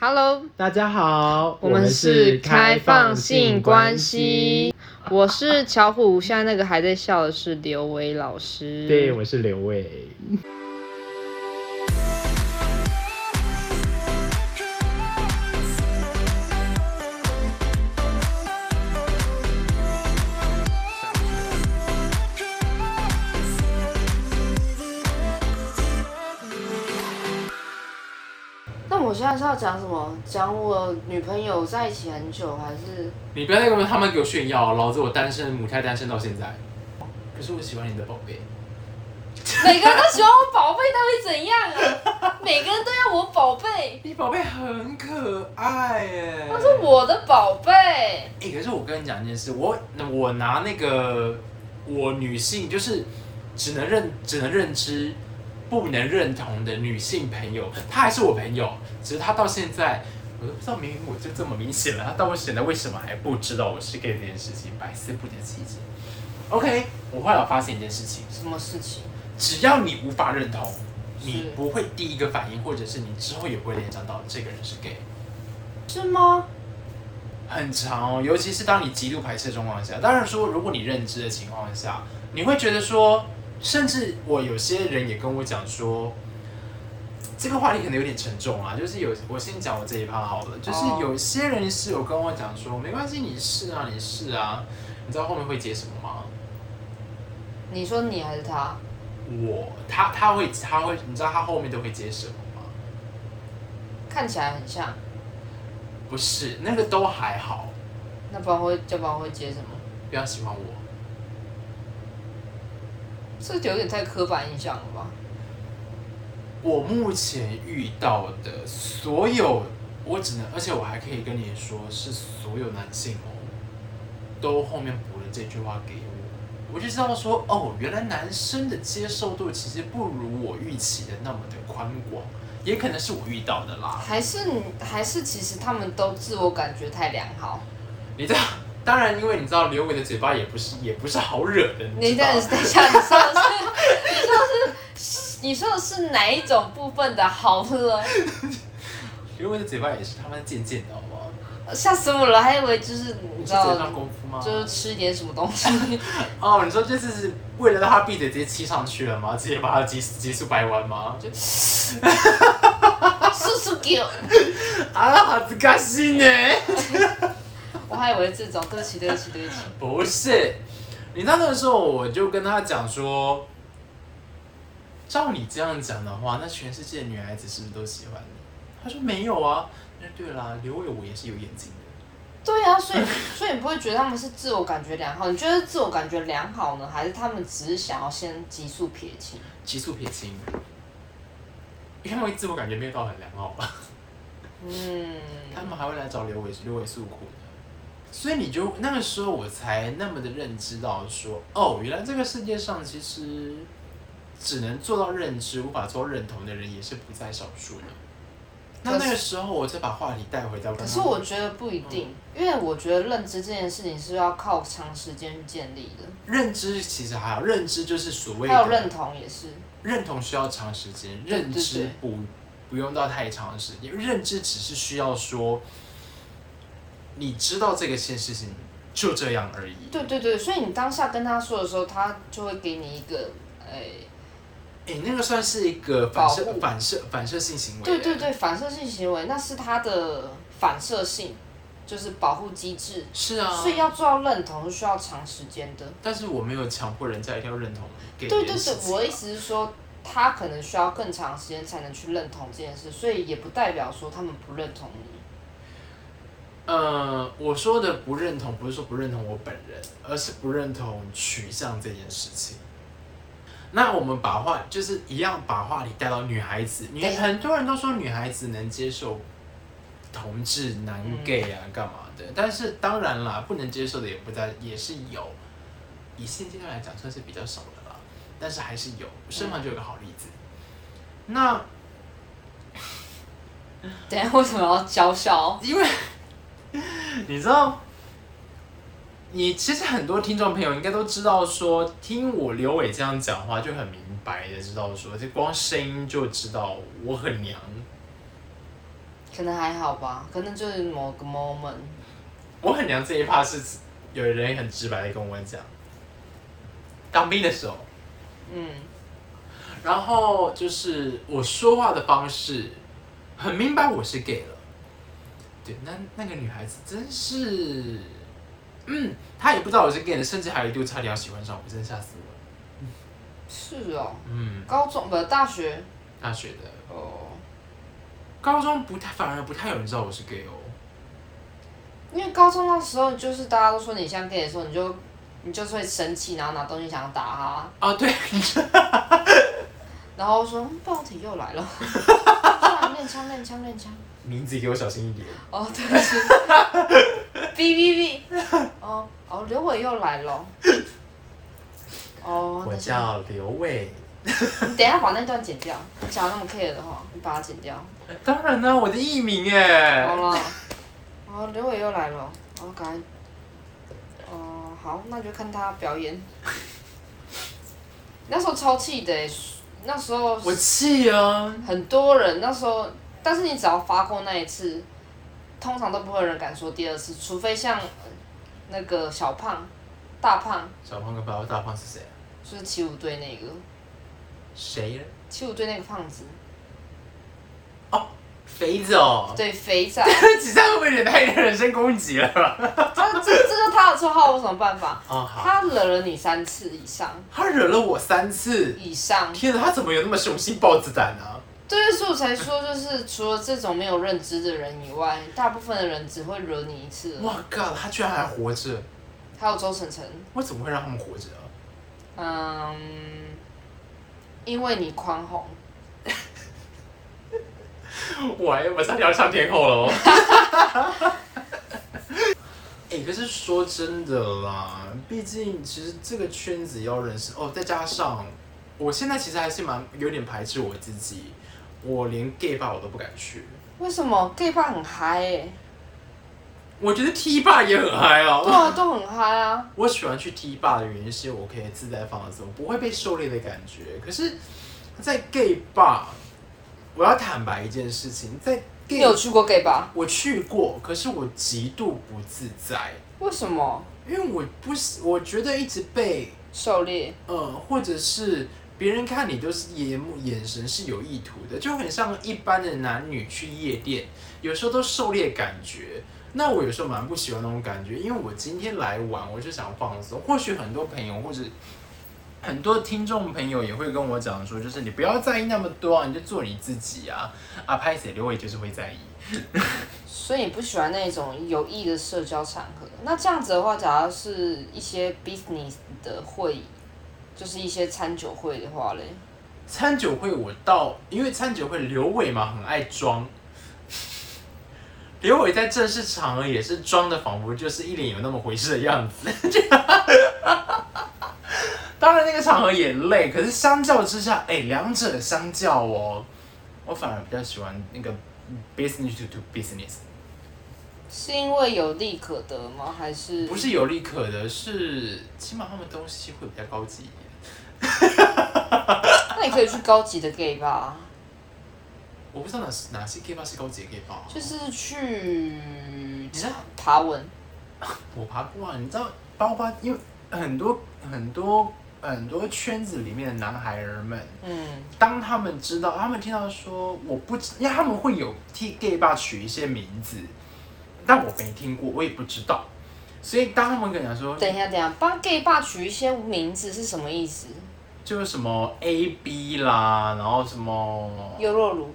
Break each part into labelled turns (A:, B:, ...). A: Hello，
B: 大家好，
A: 我们是开放性关系。，我是巧虎，现在那个还在笑的是刘伟老师。
B: 对，我是刘伟。
C: 那我现在是要讲什么？讲我女朋友在一起很久，还是
D: 你不要再跟他们给我炫耀，老子我单身，母胎单身到现在。可是我喜欢你的宝贝，
C: 每个人都喜欢我宝贝，他会怎样啊？每个人都要我宝贝，
D: 你宝贝很可爱耶。
C: 他是我的宝贝。
D: 哎、可是我跟你讲一件事，我我拿那个我女性就是只能认只能认知，不能认同的女性朋友，她还是我朋友，只是她到现在我都不知道，明明我就这么明显了，她到我现在为什么还不知道我是 gay 这件事情，百思不得其解。OK，我后来发现一件事情，
C: 什么事情？
D: 只要你无法认同，
C: 是
D: 你不会第一个反应，或者是你之后也不会联想到这个人是 gay。
C: 是吗？
D: 很长哦，尤其是当你极度排斥的状况啊下。当然说，如果你认知的情况下，你会觉得说，甚至我有些人也跟我讲说，这个话题可能有点沉重啊。 就是有，我先讲我这一趴好了。就是
C: 哦
D: 有些人是有跟我讲说，没关系，你是啊，你是啊。你知道后面会接什么吗？
C: 你说你还是他？
D: 我他他会他会，你知道他后面都会接什么吗？
C: 看起来很像，
D: 不是，那个都还好，
C: 那不然会，要不然会接什么？
D: 不要喜欢我。
C: 这有点太刻板印象了吧？
D: 我目前遇到的所有，我只能，而且我还可以跟你说，是所有男性哦，都后面补了这句话给我，我就知道说，哦，原来男生的接受度其实不如我预期的那么的宽广，也可能是我遇到的啦。
C: 还是你还是其实他们都自我感觉太良好？
D: 你知道，当然，因为你知道刘伟的嘴巴也不是也不是好惹的，
C: 你
D: 知道
C: 等一
D: 吗
C: 下，等一下，你说的是你说的是你说的是哪一种部分的好呢？
D: 刘伟的嘴巴也是他妈贱贱的，好不好？
C: 吓死我了，还以为就是你
D: 你
C: 知
D: 是嘴上
C: 道，
D: 功夫吗？
C: 就是吃一点什么东西。
D: 哦，你说这次是为了让他闭嘴，直接骑上去了吗？直接把他急急速掰弯吗？就
C: 叔叔给我，
D: 啊，恥ずかしいね。
C: 我还以为这种，对不起，对不起，对不起。
D: 不是，你知道那个时候我就跟他讲说，照你这样讲的话，那全世界的女孩子是不是都喜欢你？他说没有啊。那对啦，刘伟我也是有眼睛的。
C: 对啊，所以所以你不会觉得他们是自我感觉良好？你觉得是自我感觉良好呢，还是他们只是想要先急速撇清？
D: 急速撇清，因为他们自我感觉没有到很良好吧。
C: 嗯，
D: 他们还会来找刘伟刘伟诉苦的，所以你就那个时候我才那么的认知到说，哦，原来这个世界上其实只能做到认知，无法做认同的人也是不在少数的。那
C: 可是
D: 那个时候我再把话题带回到刚
C: 可
D: 刚，
C: 是我觉得不一定，因为我觉得认知这件事情是要靠长时间去建立的，
D: 认知其实还好，认知就是所谓的
C: 还有认同也是。
D: 认同需要长时间，
C: 对
D: 认知
C: 对
D: 不不用到太长的时间，认知只是需要说，你知道这个件事情就这样而已。
C: 对对对，所以你当下跟他说的时候，他就会给你一个，哎、
D: 哎、那个算是一个反射
C: 保护
D: 反射反射性行为。
C: 对对，对，反射性行为，那是他的反射性，就是保护机制。
D: 是啊。
C: 所以要做到认同是需要长时间的。
D: 但是我没有强迫人家一定要认同给
C: 对
D: 别
C: 对
D: 人啊
C: 对
D: 事，情
C: 我的意思是说，他可能需要更长时间才能去认同这件事，所以也不代表说他们不认同你。
D: 呃，我说的不认同，不是说不认同我本人，而是不认同取向这件事情。那我们把话就是一样，把话题带到女孩子，女
C: 对
D: 很多人都说女孩子能接受同志、男
C: 嗯
D: gay 啊，干嘛的？但是当然啦，不能接受的也不在，也是有。以现阶段来讲，算是比较少的啦，但是还是有。我身
C: 嗯
D: 旁就有个好例子。那
C: 等一下为什么要娇笑？
D: 因为 你知道，你其实很多听众朋友应该都知道说，听我刘伟这样讲话就很明白的知道说，这光声音就知道我很娘。
C: 可能还好吧，可能就是某个 moment。
D: 我很娘这一趴是有人很直白的跟我讲，当兵的时候，
C: 嗯，
D: 然后就是我说话的方式，很明白我是 gay 了。对，那那个女孩子真是，嗯，她也不知道我是 gay 的，甚至还有一度差点要喜欢上我，真的吓死我了。
C: 是哦，
D: 嗯，
C: 高中不大学
D: 大学的，
C: 哦，
D: 高中不太，反而不太有人知道我是 gay 哦。
C: 因为高中那时候就是大家都说你像 gay 的时候，你就你就是会生气，然后拿东西想要打他，
D: 啊，对，
C: 然后说嗯报体又来了，算了练枪练枪练枪。
D: 名字给我小心一点。
C: 哦，对不起，哔哔哔。哦哦，刘伟又来了。哦，
D: 我
C: 那行
D: 叫刘伟。
C: 你等一下把那段剪掉，你讲得那么 care 的话，你把它剪掉。
D: 当然啦、我的艺名哎。
C: 好了。哦，刘伟又来了。哦，赶快。哦，好，那就看他表演。 那时候超气的欸，那时候
D: 我气啊！
C: 很多人那时候，但是你只要发过那一次，通常都不会有人敢说第二次，除非像呃那个小胖、大胖，
D: 小胖跟大胖，大胖是谁？
C: 就是七五队那个
D: 谁？
C: 七五队那个胖子，
D: 肥子哦。
C: 对肥仔，
D: 只这样会不会有点太人身攻击了？
C: 他这这个他的绰号我有什么办法？
D: 哦，好。
C: 他惹了你三次以上，
D: 他惹了我三次，
C: 以上，
D: 天哪，他怎么有那么雄心豹子胆啊？
C: 对，所以我才说，就是除了这种没有认知的人以外，大部分的人只会惹你一次。
D: 哇靠，他居然还活着！
C: 还有周晨晨，
D: 我怎么会让他们活着啊？
C: 嗯，因为你宽宏。
D: 我还我差点要上天后了哦。 哎、可是说真的啦，毕竟其实这个圈子要认识哦，再加上我现在其实还是蛮有点排斥我自己，我连 gay 吧我都不敢去，
C: 为什么 gay 吧很嗨诶、
D: 我觉得 T 吧也很嗨啊。
C: 对啊，都很嗨啊。
D: 我喜欢去 T 吧的原因是我可以自在放松，不会被狩猎的感觉。可是，在 gay 吧，我要坦白一件事情，在
C: 你
D: gay
C: 有去过 gay 吧？
D: 我去过，可是我极度不自在，
C: 为什么？
D: 因为我不喜，我觉得一直被
C: 狩猎？
D: 呃，或者是别人看你都是眼目眼神是有意图的，就很像一般的男女去夜店，有时候都狩猎感觉。那我有时候蛮不喜欢那种感觉，因为我今天来玩，我就想放松。或许很多朋友或者很多听众朋友也会跟我讲说，就是你不要在意那么多啊，你就做你自己啊。啊，拍谁刘伟就是会在意。
C: 所以你不喜欢那种有意的社交场合？那这样子的话，假如是一些 business 的会议，就是一些餐酒会的话嘞，
D: 餐酒会我到，因为餐酒会刘伟嘛很爱装，刘伟在正式场合也是装的，仿佛就是一脸有那么回事的样子。 当然那个场合也累，可是相较之下，哎、两者相较哦，我反而比较喜欢那个 business to do business，
C: 是因为有利可得吗？还是
D: 不？是有利可得，是起码他们东西会比较高级一点。
C: 那你可以去高级的 gay 吧，
D: 我不知道哪是哪些 gay bar 是高级的 gay bar，
C: 就是去
D: 你知道
C: 爬文。
D: 我爬过啊，你知道，包括因为很多很多很多圈子里面的男孩儿们，
C: 嗯，
D: 当他们知道，他们听到说我不知，因为他们会有替 gay 爸取一些名字，但我没听过，我也不知道，所以当他们跟你讲说，
C: 等一下，等一下，帮 gay 吧取一些名字是什么意思？
D: 就是什么 A B 啦，然后什么，
C: 优若乳。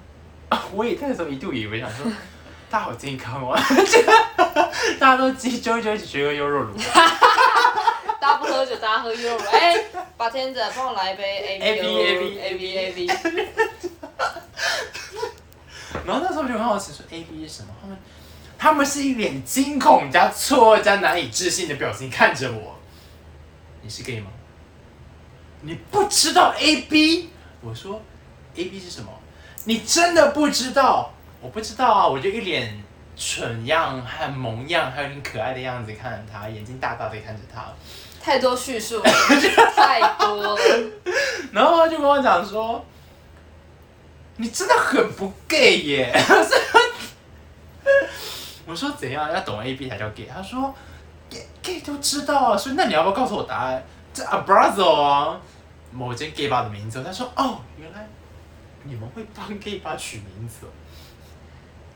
D: 我也那个时候一度以为想说，他好健康哦， 大家都鸡就就一起学个优若乳
C: 大家不喝酒，大家喝优 柔。哎、把天者帮我来一杯 A B
D: AV
C: A B A B A B。
D: 然后那时候就很好奇说 A B 是什么，他们他们是一脸惊恐加错愕加难以置信的表情看着我。你是 gay 吗？你不知道 A B？我说 A B 是什么？你真的不知道？我不知道啊，我就一脸蠢样和萌样，还有点可爱的样子看着他，眼睛大大的看着他。
C: 太多叙述 了，太多了。
D: 然后他就跟我讲说，你真的很不 gay 耶。 我说怎样要懂 A B 才叫 gay？他说 gay gay 都知道啊，所以那你要不要告诉我答案？这 Abrazo 啊，某间 gay bar 的名字。他说哦，原来你们会帮 gay bar 取名字哦。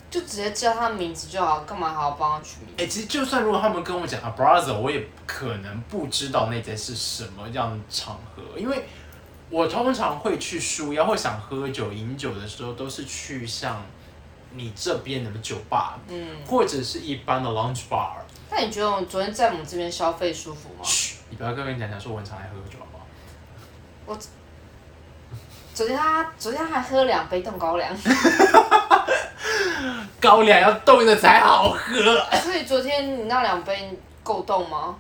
C: 就直接叫他名字就好，干嘛还要帮他取名
D: 哎、其实就算如果他们跟我讲 abrazo，我也可能不知道那间是什么样的场合，因为我通常会去输要或想喝酒饮酒的时候，都是去像你这边的酒吧，
C: 嗯，
D: 或者是一般的 lounge bar。
C: 那你觉得我昨天在我们这边消费舒服吗？
D: 嘘，你不要跟人讲讲说我很常来喝酒好不好？
C: 昨天他昨天他还喝两杯冻高粱，
D: 高粱要冻的才好喝。
C: 所以昨天你那两杯够冻吗？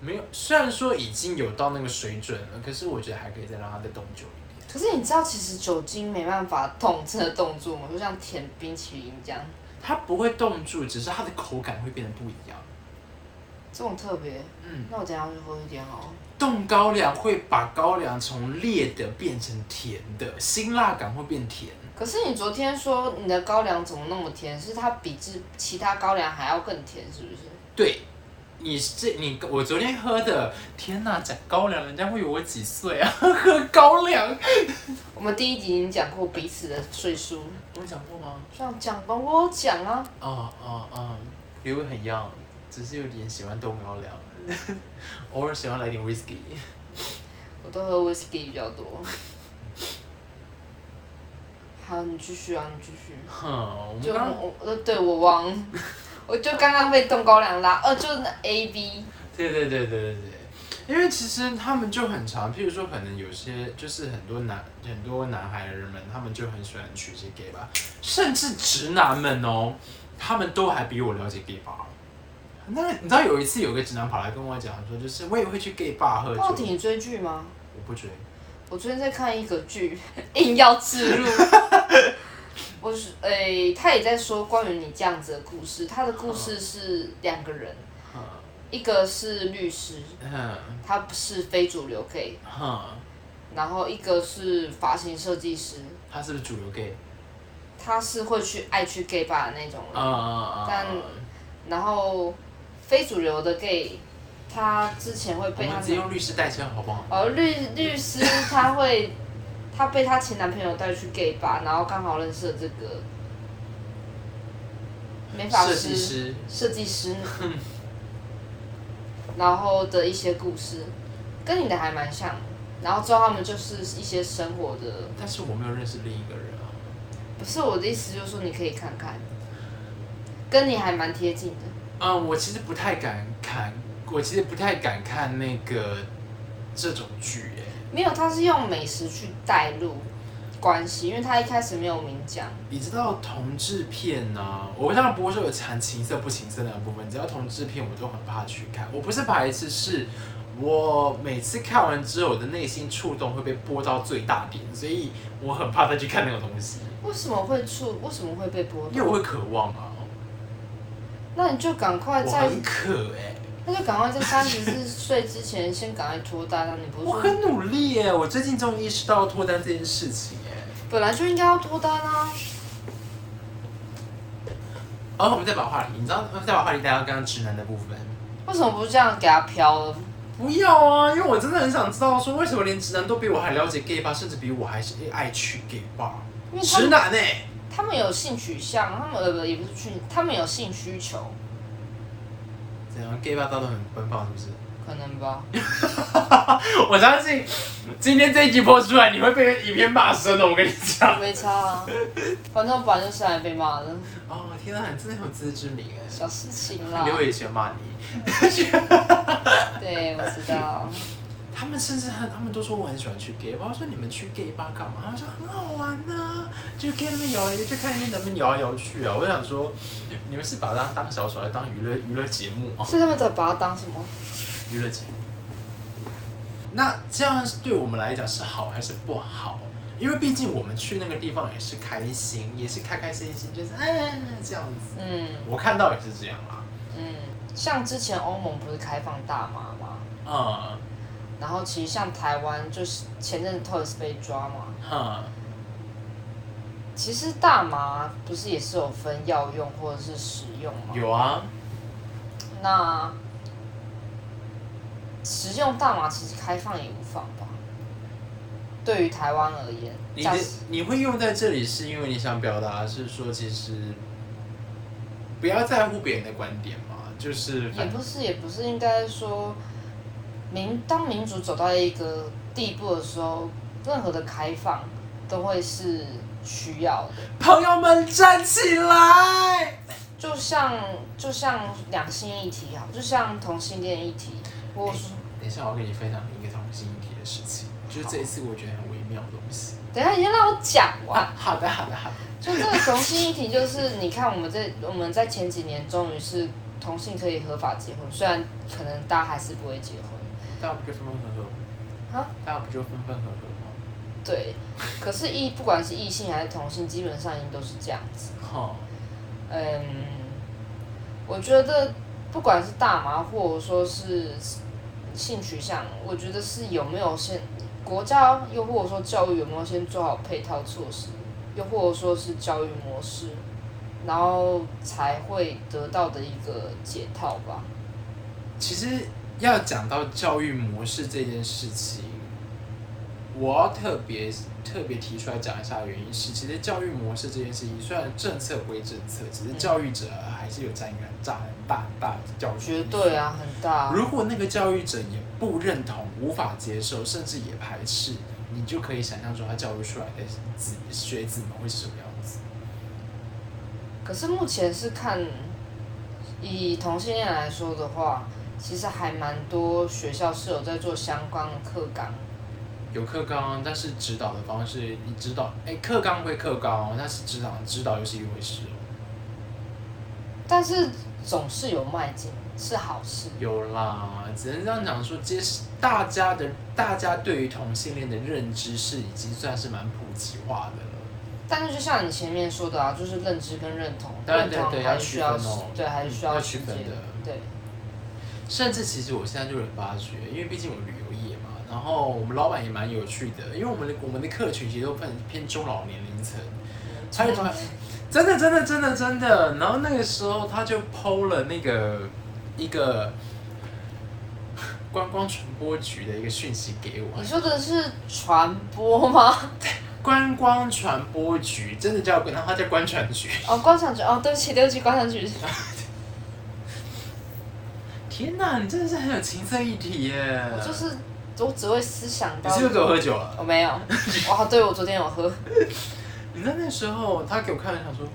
D: 没有，虽然说已经有到那个水准了，可是我觉得还可以再让它再冻久一点。
C: 可是你知道，其实酒精没办法冻真的冻住吗？就像舔冰淇淋这样，
D: 它不会冻住，只是它的口感会变得不一样。
C: 这种特别。
D: 嗯，
C: 那我等一下去喝一点好了。
D: 冻高粱会把高粱从烈的变成甜的，辛辣感会变甜。
C: 可是你昨天说你的高粱怎么那么甜？是它比之其他高粱还要更甜，是不是？
D: 对，你这你我昨天喝的，天哪，讲高粱人家会以为我几岁啊？喝高粱，
C: 我们第一集已经讲过彼此的岁数，
D: 我讲过吗？
C: 像讲吧，我有讲啊，
D: 哦哦哦，刘伟很 young，只是有点喜欢冻高粱， 偶尔喜欢来点 whisky。
C: 我都喝 whisky 比较多。好，你继续啊，你继续。
D: 哼，嗯我们
C: 就
D: 刚
C: 我我对我忘 了，我就刚刚被冻高粱拉，哦，就是那 A B，
D: 对对对对对对，因为其实他们就很常，譬如说可能有些就是很多男很多男孩人们，他们就很喜欢去一些 gay 吧，甚至直男们哦，他们都还比我了解 gay 吧。那你知道有一次有个直男跑来跟我讲说，就是我也会去 gay 吧喝
C: 到
D: 酒
C: 底，哦你追剧吗？
D: 我不追，
C: 我最近在看一个剧， 硬要自 入。我是诶、他也在说关于你这样子的故事。他的故事是两个人，
D: 哼
C: 一个是律师，
D: 哼
C: 他是非主流 gay，
D: 哼，
C: 然后一个是发型设计师，
D: 他是不是主流 gay？
C: 他是会去爱去 gay bar 的那种
D: 啊
C: 人。
D: 啊啊！
C: 但然后非主流的 gay，他之前会
D: 我
C: 被他
D: 们直接用律师代称好不好？
C: 哦，律律师他会，他被他前男朋友带去 gay 吧，然后刚好认识了这个美发
D: 设计
C: 师、
D: 师，
C: 设计师，然后的一些故事，跟你的还蛮像。然后之后他们就是一些生活的，
D: 但是我没有认识另一个人啊。
C: 不是我的意思，就是说你可以看看，跟你还蛮贴近的。
D: 嗯，我其实不太敢看，我其实不太敢看那个这种剧耶，
C: 没有，他是用美食去带入关系，因为他一开始没有明讲。
D: 你知道同志片呢、我当然不会说有含情色不情色那个部分，只要同志片我都很怕去看。我不是排斥，是我每次看完之后，我的内心触动会被波到最大点，所以我很怕再去看那个东西，
C: 为什么会触？为什么会被剥夺？
D: 因为我会渴望啊，
C: 那你就赶快
D: 我
C: 在，
D: 很渴哎、
C: 那就赶快在三十四岁之前先赶快脱单啊！你不
D: 我
C: 是说
D: 很努力耶、我最近终于意识到脱单这件事情哎、
C: 本来就应该要脱单啊？
D: 哦，我们再把话题，你知道，再把话题带到刚刚直男的部分。
C: 为什么不是这样给他飘了？
D: 不要啊，因为我真的很想知道，说为什么连直男都比我还了解 gay 吧，甚至比我还是爱去 gay 吧。
C: 因为他
D: 直
C: 们
D: 男呢、欸
C: 他们有性取向，他们呃不也不是去，他们有性需求，
D: 怎样 gay 吧大家都很奔放，是不是？
C: 可能吧？
D: 我相信今天这一集播出来，你会被一片骂声的。我跟你讲。
C: 没差啊，反正我本来就是来被骂的，
D: 哦，天啊，你真的很有自知之明
C: 小事情
D: 哎、
C: 啦。
D: 刘伟也喜欢骂你，
C: 对，我知道。
D: 他们甚至他他们都说我很喜欢去 gay 吧，我说你们去 gay 吧干嘛？他们说很好玩呐、就 gay 那边摇来摇去，就看那边男们摇来摇去啊。我想说，你们是把它当小丑来当娱乐娱乐节目啊？
C: 所以他们在把它当什么？
D: 娱乐节目。那这样对我们来讲是好还是不好？因为毕竟我们去那个地方也是开心，也是开开心心，就是哎这样子。
C: 嗯
D: 我看到也是这样啊啦。
C: 嗯，像之前欧盟不是开放大麻吗？
D: 嗯
C: 然后其实像台湾就是前阵子 Toys 被抓嘛，
D: 哼，
C: 其实大麻不是也是有分药用或者是食用吗？
D: 有啊，
C: 那食用大麻其实开放也无妨吧？对于台湾而言，
D: 你
C: 假
D: 的
C: 使
D: 你会用在这里，是因为你想表达是说，其实不要在乎别人的观点嘛，就是
C: 也
D: 反
C: 不是也不是应该说民当民主走到一个地步的时候，任何的开放都会是需要的。
D: 朋友们站起来。
C: 就像就像两性议题啊，就像同性恋议题，或者说
D: 哎等一下，我要跟你分享一个同性议题的事情，就是这一次我觉得很微妙的东西。
C: 等一下，你先让我讲完。
D: 哇，好的，好的，好的。
C: 就这个同性议题，就是你看我们在我们在前几年终于是同性可以合法结婚，虽然可能大家还是不会结婚，
D: 大家不就分分合合？
C: 啊？
D: 大家不就分分合合
C: 对。可是异不管是异性还是同性，基本上已经都是这样子。
D: 吗？哈，
C: 嗯，我觉得不管是大麻或者说是性取向，我觉得是有没有先国家又或者说教育有没有先做好配套措施，又或者说是教育模式，然后才会得到的一个解套吧。
D: 其实要讲到教育模式这件事情，我要特别特别提出来讲一下的原因是，其实教育模式这件事情，虽然政策归政
C: 嗯
D: 策，只是教育者还是有占一个很大很大很大的教育。
C: 绝对！啊，很大。
D: 如果那个教育者也不认同、无法接受，甚至也排斥，你就可以想象出他教育出来的子学子们会是什么样子。
C: 可是目前是看，以同性恋来说的话，其实还蛮多学校是有在做相关的课纲。
D: 有课纲，但是指导的方式，你指导，哎，课纲归课纲，但是指导指导又是一回事哦。
C: 但是总是有迈进，是好事。
D: 有啦，只能这样讲说，其实大家的大家对于同性恋的认知是已经算是蛮普及化的了。
C: 但是就像你前面说的啊，就是认知跟认同，
D: 当然
C: 认同
D: 对对
C: 还
D: 要
C: 是需
D: 区
C: 要
D: 分哦
C: 对，还是需要
D: 要区分
C: 时间
D: 的
C: 对，
D: 甚至其实我现在就有发觉，因为毕竟我旅游业嘛，然后我们老板也蛮有趣的，因为我们的我们的客群其实都偏偏中老年龄层，他就突然真的真的真的真的，然后那个时候他就剖了那个一个观光传播局的一个讯息给我
C: 你，说的是传播吗？
D: 观光传播局真的叫，然后他叫观传局。
C: 哦，观赏剧哦，对不起，对不起，观赏剧。
D: 天哪，你真的是很有情色议题耶！
C: 我就是我只会思想
D: 呃你
C: 到
D: 是，不是给我喝酒了？
C: 我没 有。哇，对，我昨天有喝。
D: 你知道那时候他给我看了，想说，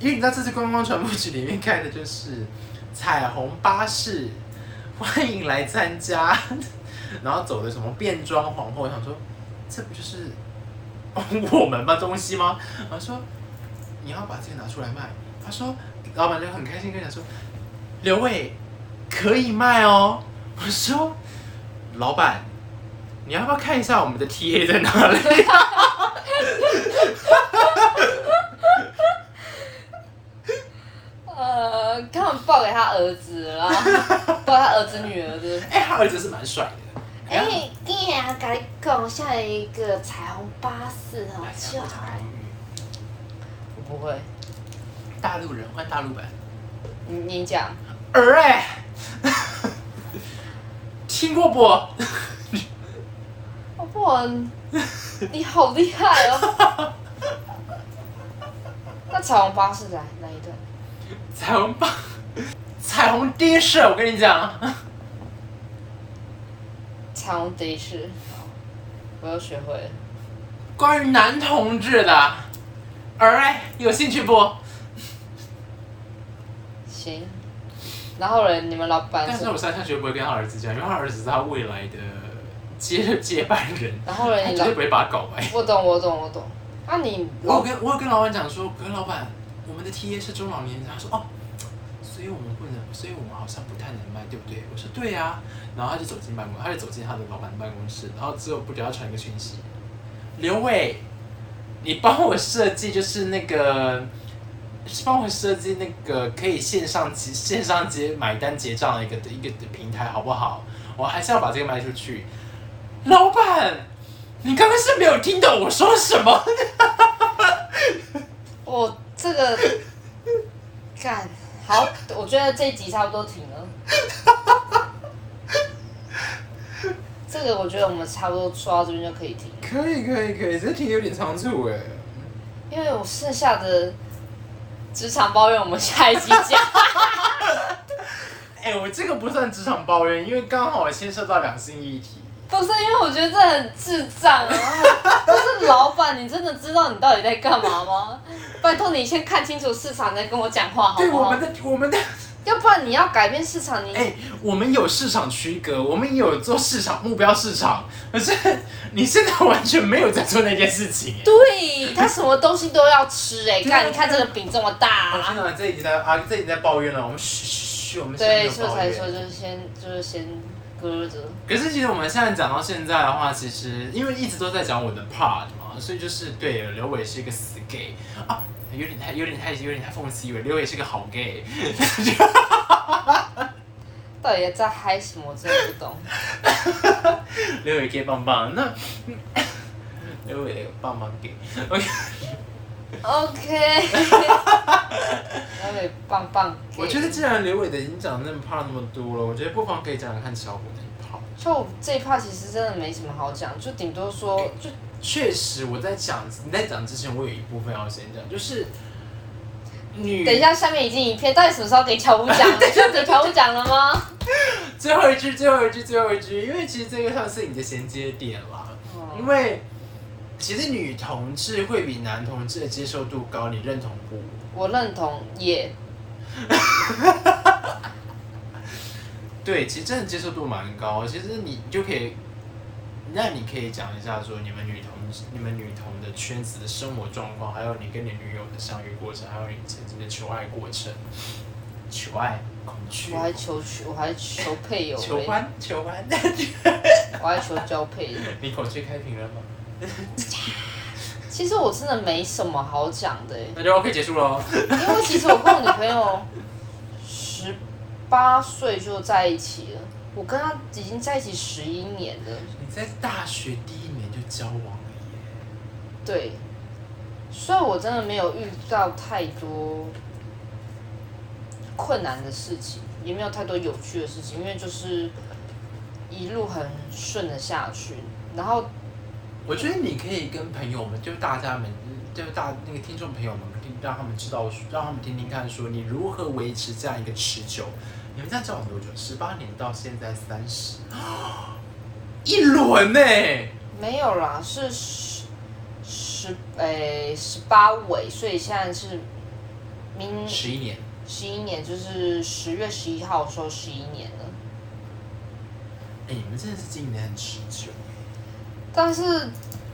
D: 因为你知道这次观光传播局里面开的就是彩虹巴士， 欢迎来参加， 然后走的什么变装皇后，我想说，这不就是 我们吗东西吗？然后说你要把这个拿出来卖，他说老板就很开心跟我讲说，刘伟可以卖哦， 我说老板。你要不要看一下我们的 TA 在哪里？
C: 呃，刚好报给他儿子啦，报他儿子女儿的。
D: 哎、他儿子是蛮帅的。
E: 哎、欸，今天甲你讲下一个彩虹巴士好笑哎、
C: 我不会，
D: 大陆人换大陆版。
C: 你你讲。
D: 儿哎、 听过不？
E: 哦
C: 哇，你好厉害哦！ 那彩虹巴士哪哪一段？
D: 彩虹棒，彩虹的士，我跟你讲，
C: 彩虹的士，我又学会了。
D: 关于男同志的，儿哎、有兴趣不？
C: 行，然后嘞，你们老板
D: 但
C: 是
D: 是，我上下学不会跟他儿子讲，因为他儿子是他未来的接接班人，
C: 然后
D: 他
C: 嘞，你
D: 绝
C: 老
D: 哎对，不会把他搞歪。
C: 我懂，我懂，我懂。那你
D: 我
C: 老，
D: 有跟我有跟老板讲说，可是老板，我们的 TA 是中老年人，他说哦，所以我们不能，所以我们好像不太能卖，对不对？我说对呀、然后他就走进办公，他就走进他的老板的办公室，然后之后不久他传一个讯息，刘伟，你帮我设计就是那个。是帮我设计那个可以线上结线上结买单结账的一个一个平台好不好？我还是要把这个卖出去。老板，你刚刚是没有听懂我说什么？
C: 我哦这 个干好，我觉得这一集差不多停 了。这个我觉得我们差不多说到这边就可以停，
D: 可以可以可以，这题有点仓促哎。
C: 因为我剩下的职场抱怨我们下一集 讲。
D: 哎、我这个不算职场抱怨，因为刚好牵涉到两性议题。
C: 不是因为我觉得这很智障啊！不是老板，你真的知道你到底在干嘛吗？拜托你先看清楚市场再跟我讲话好
D: 对
C: 不
D: 我
C: 好
D: 们？的我们的，
C: 要不然你要改变市场，你、
D: 哎、我们有市场区隔，我们也有做市场目标市场，可是你现在完全没有在做那件事情。哎
C: 对他什么东西都要吃哎、
D: 对啊
C: 干你看这个饼这么大、
D: 我哦天哪，这已经在啊，这已经在抱怨了。我们嘘嘘嘘，我们现在没
C: 对，
D: 有
C: 所以
D: 抱
C: 才
D: 怨。
C: 说就是先就是先搁着。
D: 可是其实我们现在讲到现在的话，其实因为一直都在讲我的 part 嘛，所以就是对刘伟是一个死 gay 啊，有点太有点太有点太讽刺意味，刘伟是个好 gay，
C: 到底在嗨什么？我真的不 懂。
D: 刘伟 gay 棒棒，那嗯 刘伟棒棒 gay，
C: OK，那得棒棒给。
D: 我觉得既然刘伟的已经讲那么 part 那么多了，我觉得不妨可以讲讲看小虎那一 part。
C: 就我这一趴其实真的没什么好讲，就顶多说
D: 哎
C: 就
D: 确实，我在讲你在讲之前，我有一部分要先讲，就是女
C: 等一下，下面已经一片，到底什么时候给乔布 讲了？就给乔布讲了吗？
D: 最后一句，最后一句，最后一句，因为其实这个算是你的衔接点啦。
C: 哦
D: 因为其实女同志会比男同志的接受度高，你认同不？
C: 我认同也
D: 对，其实真的接受度蛮高。其实你就可以，那你可以讲一下说你们女同志、你们女同的圈子的生活状况，还有你跟你女友的相遇过程，还有你曾经的求爱过程。求爱，恐惧
C: 我，还求娶，我还求配偶
D: 求
C: 嘞，
D: 欢，求欢。
C: 我还求交配嘞。
D: 你口气开屏了吗？
C: 其实我真的没什么好讲的欸，
D: 那就 OK 结束喽。
C: 因为其实我跟我女朋友十八岁就在一起了，我跟她已经在一起十一年了，
D: 你在大学第一年就交往了耶？
C: 对，所以我真的没有遇到太多困难的事情，也没有太多有趣的事情，因为就是一路很顺的下去，然后
D: 我觉得你可以跟朋友们，就是大家们，就是大那个听众朋友们，让他们知道，让他们听听看，说你如何维持这样一个持久。你们这样交往多久？十八年到现在三十，一轮呢、
C: 没有啦，是十十诶十八尾，所以现在是明
D: 十一年。
C: 十一年，就是十月十一号的时候十一年了。
D: 哎、你们真的是经营的很持久。
C: 但是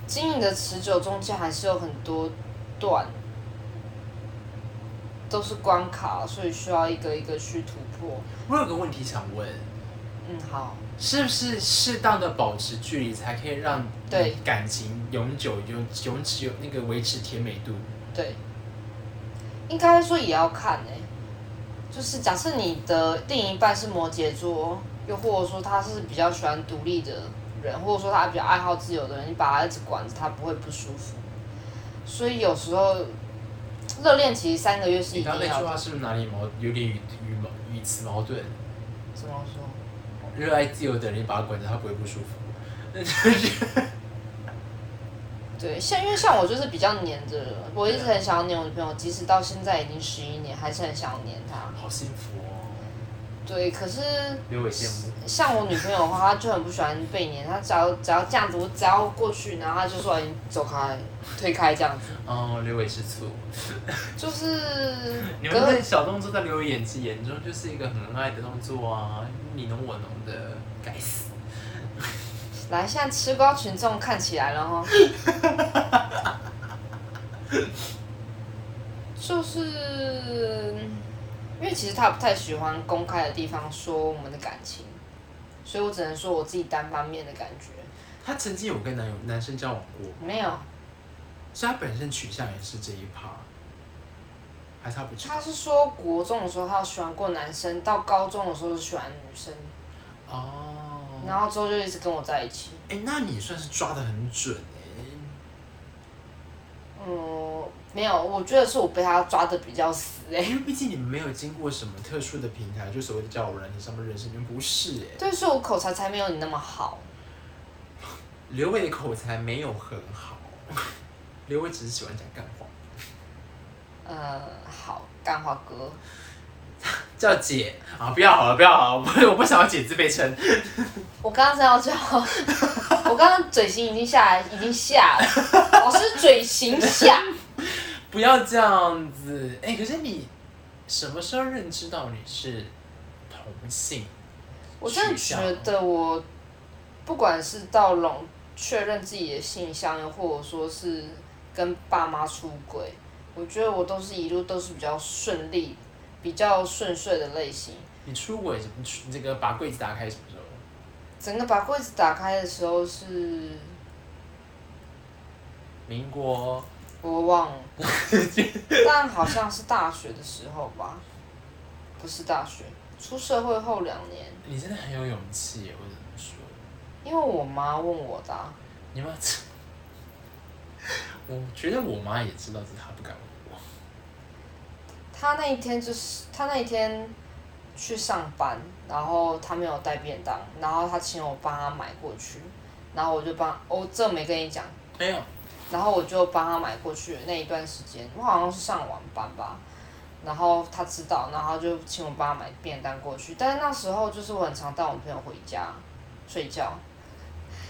C: 经营的持久中间还是有很多段都是关卡，所以需要一个一个去突破。
D: 我有个问题想问，
C: 嗯，好，
D: 是不是适当的保持距离，才可以让
C: 对
D: 感情永久永永久那个维持甜美度？
C: 对，应该说也要看诶、就是假设你的另一半是摩羯座，又或者说他是比较喜欢独立的人，或者说他比较爱好自由的人，你把他一直管着，他不会不舒服。所以有时候热恋期三个月是一定
D: 你
C: 要
D: 刚刚那句
C: 的。
D: 话是不是哪里矛有点语语矛语词矛盾？
C: 怎么说？
D: 热爱自由的人，你把他管着，他不会不舒服。
C: 对，像因为像我就是比较黏着人，我一直
D: 啊
C: 很想要黏我女朋友，即使到现在已经十一年，还是很想要黏她。
D: 好幸福哦，
C: 对，可是
D: 刘伟羡慕。
C: 像我女朋友的话，她就很不喜欢被黏，她只要只要这样子，我只要过去，然后她就说哎你走开，推开这样子，
D: 哦，刘伟吃醋。
C: 就是
D: 你们
C: 隔
D: 在小动作在刘伟眼睛眼中就是一个很恩爱的动作啊，你侬我侬的，该死。
C: 来现在吃瓜群众看起来了哈，就是因为其实他不太喜欢公开的地方说我们的感情，所以我只能说我自己单方面的感觉
D: 他曾经有跟男友男生交往过，
C: 没有，
D: 所以他本身取向也是这一趴，还是他不知道
C: 他是说国中的时候他有喜欢过男生，到高中的时候就喜欢女生，
D: 哦，
C: 然后之后就一直跟我在一起。
D: 哎、那你算是抓的很准哎、
C: 嗯，没有，我觉得是我被他抓的比较死哎、
D: 因为毕竟你们没有经过什么特殊的平台，就所谓的交友软件上面认识，你们不是哎、
C: 对，所以我口才才没有你那么好。
D: 刘伟的口才没有很好，刘伟只是喜欢讲干话，
C: 呃，好，干话哥，
D: 叫姐啊，不要好了，不要好了，我不我不想要姐字被称，
C: 我刚刚是要叫， 我刚刚嘴型已经下来，已经下了，我是嘴型下。
D: 不要这样子。哎、可是你什么时候认知到你是同性？
C: 我真的觉得我，不管是到笼确认自己的性向，又或者说是跟爸妈出轨，我觉得我都是一路都是比较顺利、比较顺遂的类型。
D: 你出轨什么？你这个把柜子打开什么时候？
C: 整个把柜子打开的时候是，
D: 民国
C: 我忘了，但好像是大学的时候吧，不是大学，出社会后两年，
D: 你真的很有勇气耶，我只能说，
C: 因为我妈问我的啊、
D: 你妈， 我觉得我妈也知道，只是她不敢问我。
C: 他那一天就是他那一天去上班，然后他没有带便当，然后他请我帮他买过去，然后我就帮哦，这没跟你讲，
D: 没有，
C: 然后我就帮他买过去那一段时间，我好像是上晚班吧，然后他知道，然后他就请我帮他买便当过去，但是那时候就是我很常带我朋友回家睡觉，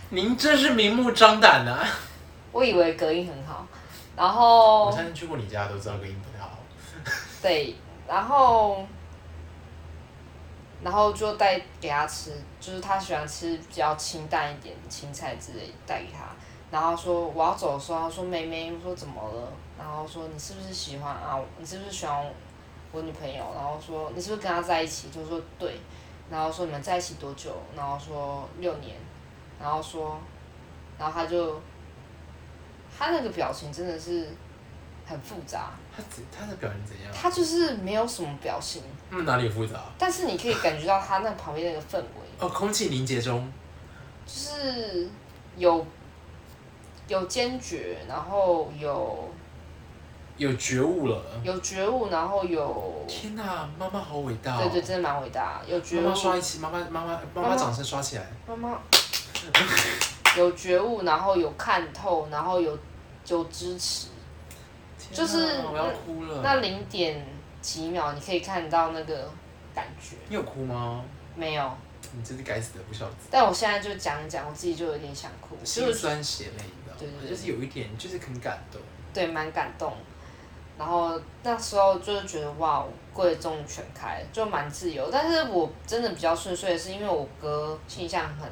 D: 您真是明目张胆的、啊。
C: 我以为隔音很好，然后
D: 我相信去过你家都知道隔音不太好。
C: 对，然后，然后就带给他吃，就是他喜欢吃比较清淡一点的青菜之类，带给他。然后说我要走的时候，他说妹妹，我说怎么了？然后说你是不是喜欢啊？你是不是喜欢我女朋友？然后说你是不是跟她在一起？就说对。然后说你们在一起多久？然后说六年。然后说，然后他就，他那个表情真的是很复杂。
D: 他怎他的表情怎样？
C: 他就是没有什么表情，
D: 嗯，哪里有复杂？
C: 但是你可以感觉到他那旁边那个氛围，
D: 哦，空气凝结中，
C: 就是有有坚决，然后有
D: 有觉悟了。
C: 有觉悟，然后有
D: 天哪、妈妈好伟大、哦！
C: 对对，真的蛮伟大，有觉
D: 妈
C: 悟
D: 妈，刷一起，妈妈妈妈妈
C: 妈妈
D: 妈掌声刷起来。
C: 妈妈有觉悟，然后有看透，然后有有支持，
D: 天哪
C: 就是
D: 我要哭了。
C: 那零点几秒你可以看到那个感觉，
D: 你有哭吗？
C: 没有，
D: 你真是该死的不孝子，
C: 但我现在就讲一讲，我自己就有点想哭，就
D: 心
C: 是
D: 酸血泪，你知道吗？
C: 对对对
D: 就是有一点，就是很感 动。
C: 对，蛮感动。然后那时候就是觉得哇，柜终于全开了，就蛮自由。但是我真的比较顺遂的是，因为我哥倾向很，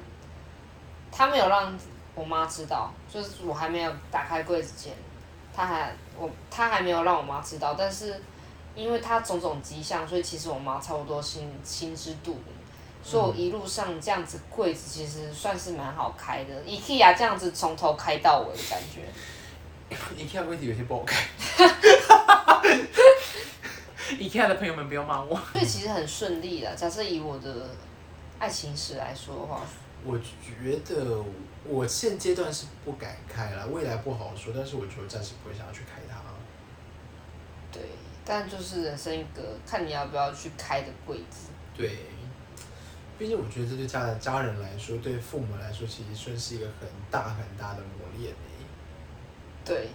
C: 他没有让我妈知道，就是我还没有打开柜子前，他还我他还没有让我妈知道。但是因为他种种迹象，所以其实我妈差不多心心知肚明。所以我一路上这样子柜子其实算是蛮好开的，IKEA 这样子从头开到尾的感觉。
D: IKEA 柜子有些不 好看。IKEA 的朋友们不要骂我。
C: 所以其实很顺利的。假设以我的爱情史来说的话，
D: 我觉得我现阶段是不敢开了，未来不好说，但是我觉得暂时不会想要去开它。
C: 对，但就是人生一个，看你要不要去开的柜子。
D: 对，毕竟我觉得这对家人家人来说，对父母来说，其实算是一个很大很大的磨练欸诶、
C: 对，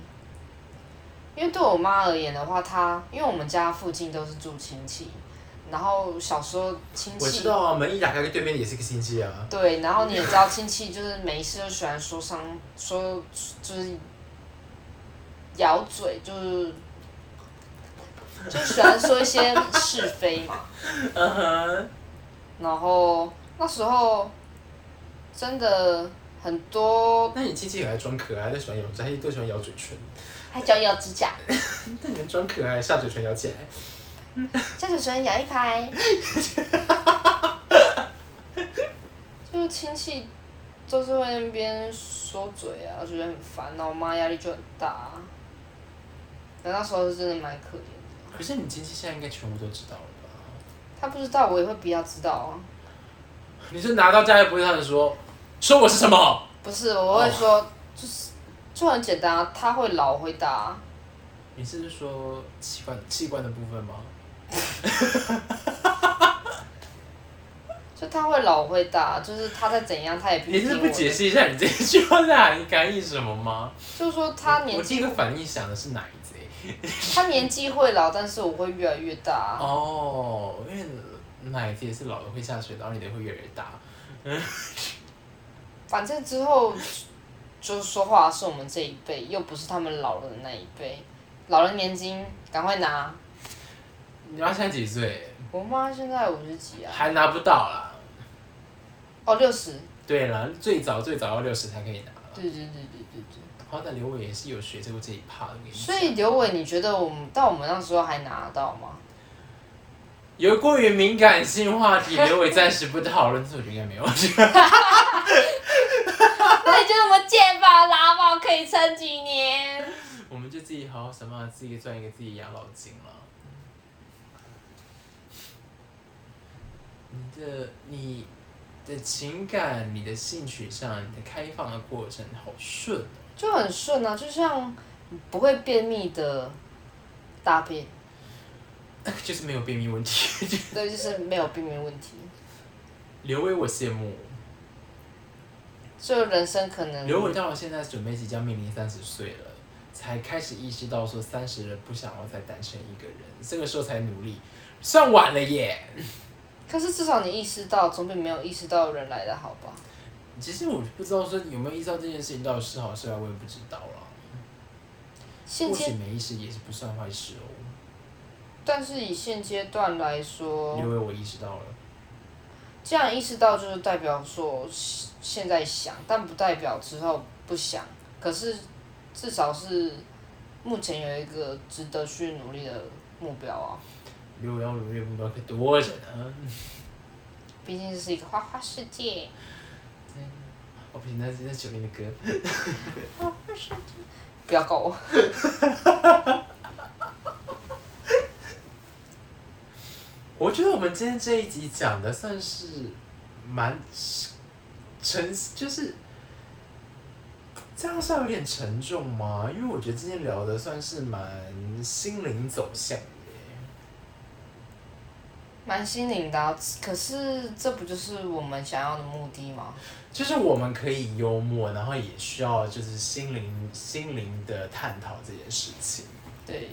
C: 因为对我妈而言的话，她因为我们家附近都是住亲戚，然后小时候亲
D: 我知
C: 戚。
D: 道啊，门一打开，对面也是个亲戚啊。
C: 对，然后你也知道，亲戚就是没事就喜欢说伤，说就是咬嘴，就是就喜欢说一些是非嘛。
D: 嗯哼，
C: 然后那时候真的很多，
D: 那你亲戚很爱装可爱，都喜欢咬，他都喜欢咬嘴唇。
E: 还叫咬指甲，
D: 那你们装可爱，下嘴唇咬起来。
E: 叫主持人咬一 排，
C: 就是亲戚都是会那边说嘴啊，我觉得很烦，然后我妈压力就很大、啊。但那时候是真的蛮可怜的，
D: 可是你亲戚现在应该全部都知道了吧？
C: 她不知道我也会比较知道啊。
D: 你是拿到家里不会让人说，说我是什么？哦
C: 不是，我会说就是就很简单啊，她会老回答啊、
D: 你是说器官器官的部分吗？
C: 就他会老会大，就是他再怎样，他也不
D: 你
C: 一定
D: 是
C: 会。
D: 不解释一下你这一句话在含含义什么吗？
C: 就是说他
D: 我
C: 年
D: 第一
C: 纪
D: 个反应想的是奶子欸
C: 他年纪会老，但是我会越来越大。
D: 哦，因为奶子也是老了会下水道，你的会越来越大。
C: 反正之后就是说话是我们这一辈，又不是他们老了的那一辈。老人年金赶快拿！
D: 你妈现在几岁？
C: 我妈现在五十几啊，
D: 还拿不到啦。
C: 哦六十，
D: 对啦，最早最早要六十才可以拿啦。
C: 对对对对对对。
D: 好歹刘伟也是有学这个这一趴的，我跟你讲
C: 所以刘伟，你觉得我们到我们那时候还拿得到吗？
D: 有过于敏感性话题，刘伟暂时不讨论，所以我觉得应该没有。
E: 那你觉得我们剑拔拉爆可以撑几年？
D: 我们就自己好好想办法，自己赚一个自己养老金了。你的你的情感、你的性取向、你的开放的过程，好顺哦、
C: 就很顺啊，就像不会便秘的大便，
D: 就是没有便秘问题。 就
C: 对，就是没有便秘问题。
D: 刘伟，我羡慕。
C: 就人生可能
D: 刘伟到了现在，准备即将面临三十岁了，才开始意识到说三十了不想要再单身一个人，这个时候才努力，算晚了耶。
C: 可是至少你意识到，总比没有意识到人来的好吧？
D: 其实我不知道说有没有意识到这件事情到底是好是坏，我也不知道啊啦。
C: 现
D: 或许
C: 阶，
D: 没意识也是不算坏事哦，
C: 但是以现阶段来
D: 因
C: 说，
D: 为我意识到了。
C: 这样意识到就是代表说现现在想，但不代表之后不想。可是至少是目前有一个值得去努力的目标啊，
D: 如果要努力的目标可多着呢。
C: 毕竟这是一个花花世界。
D: 哦，不行，那是那是九零的歌。
C: 不要搞我。
D: 我觉得我们今天这一集讲的算是蛮沉，就是这样算有点沉重吗？因为我觉得今天聊的算是蛮心灵走向的耶。
C: 蛮心灵的啊、可是这不就是我们想要的目的吗？
D: 就是我们可以幽默，然后也需要就是心灵心灵的探讨这件事情。
C: 对，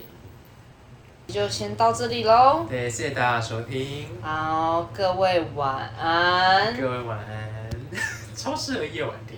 C: 就先到这里喽。
D: 对，谢谢大家的收听，
C: 好，各位晚安。
D: 各位晚安。超适合夜晚听。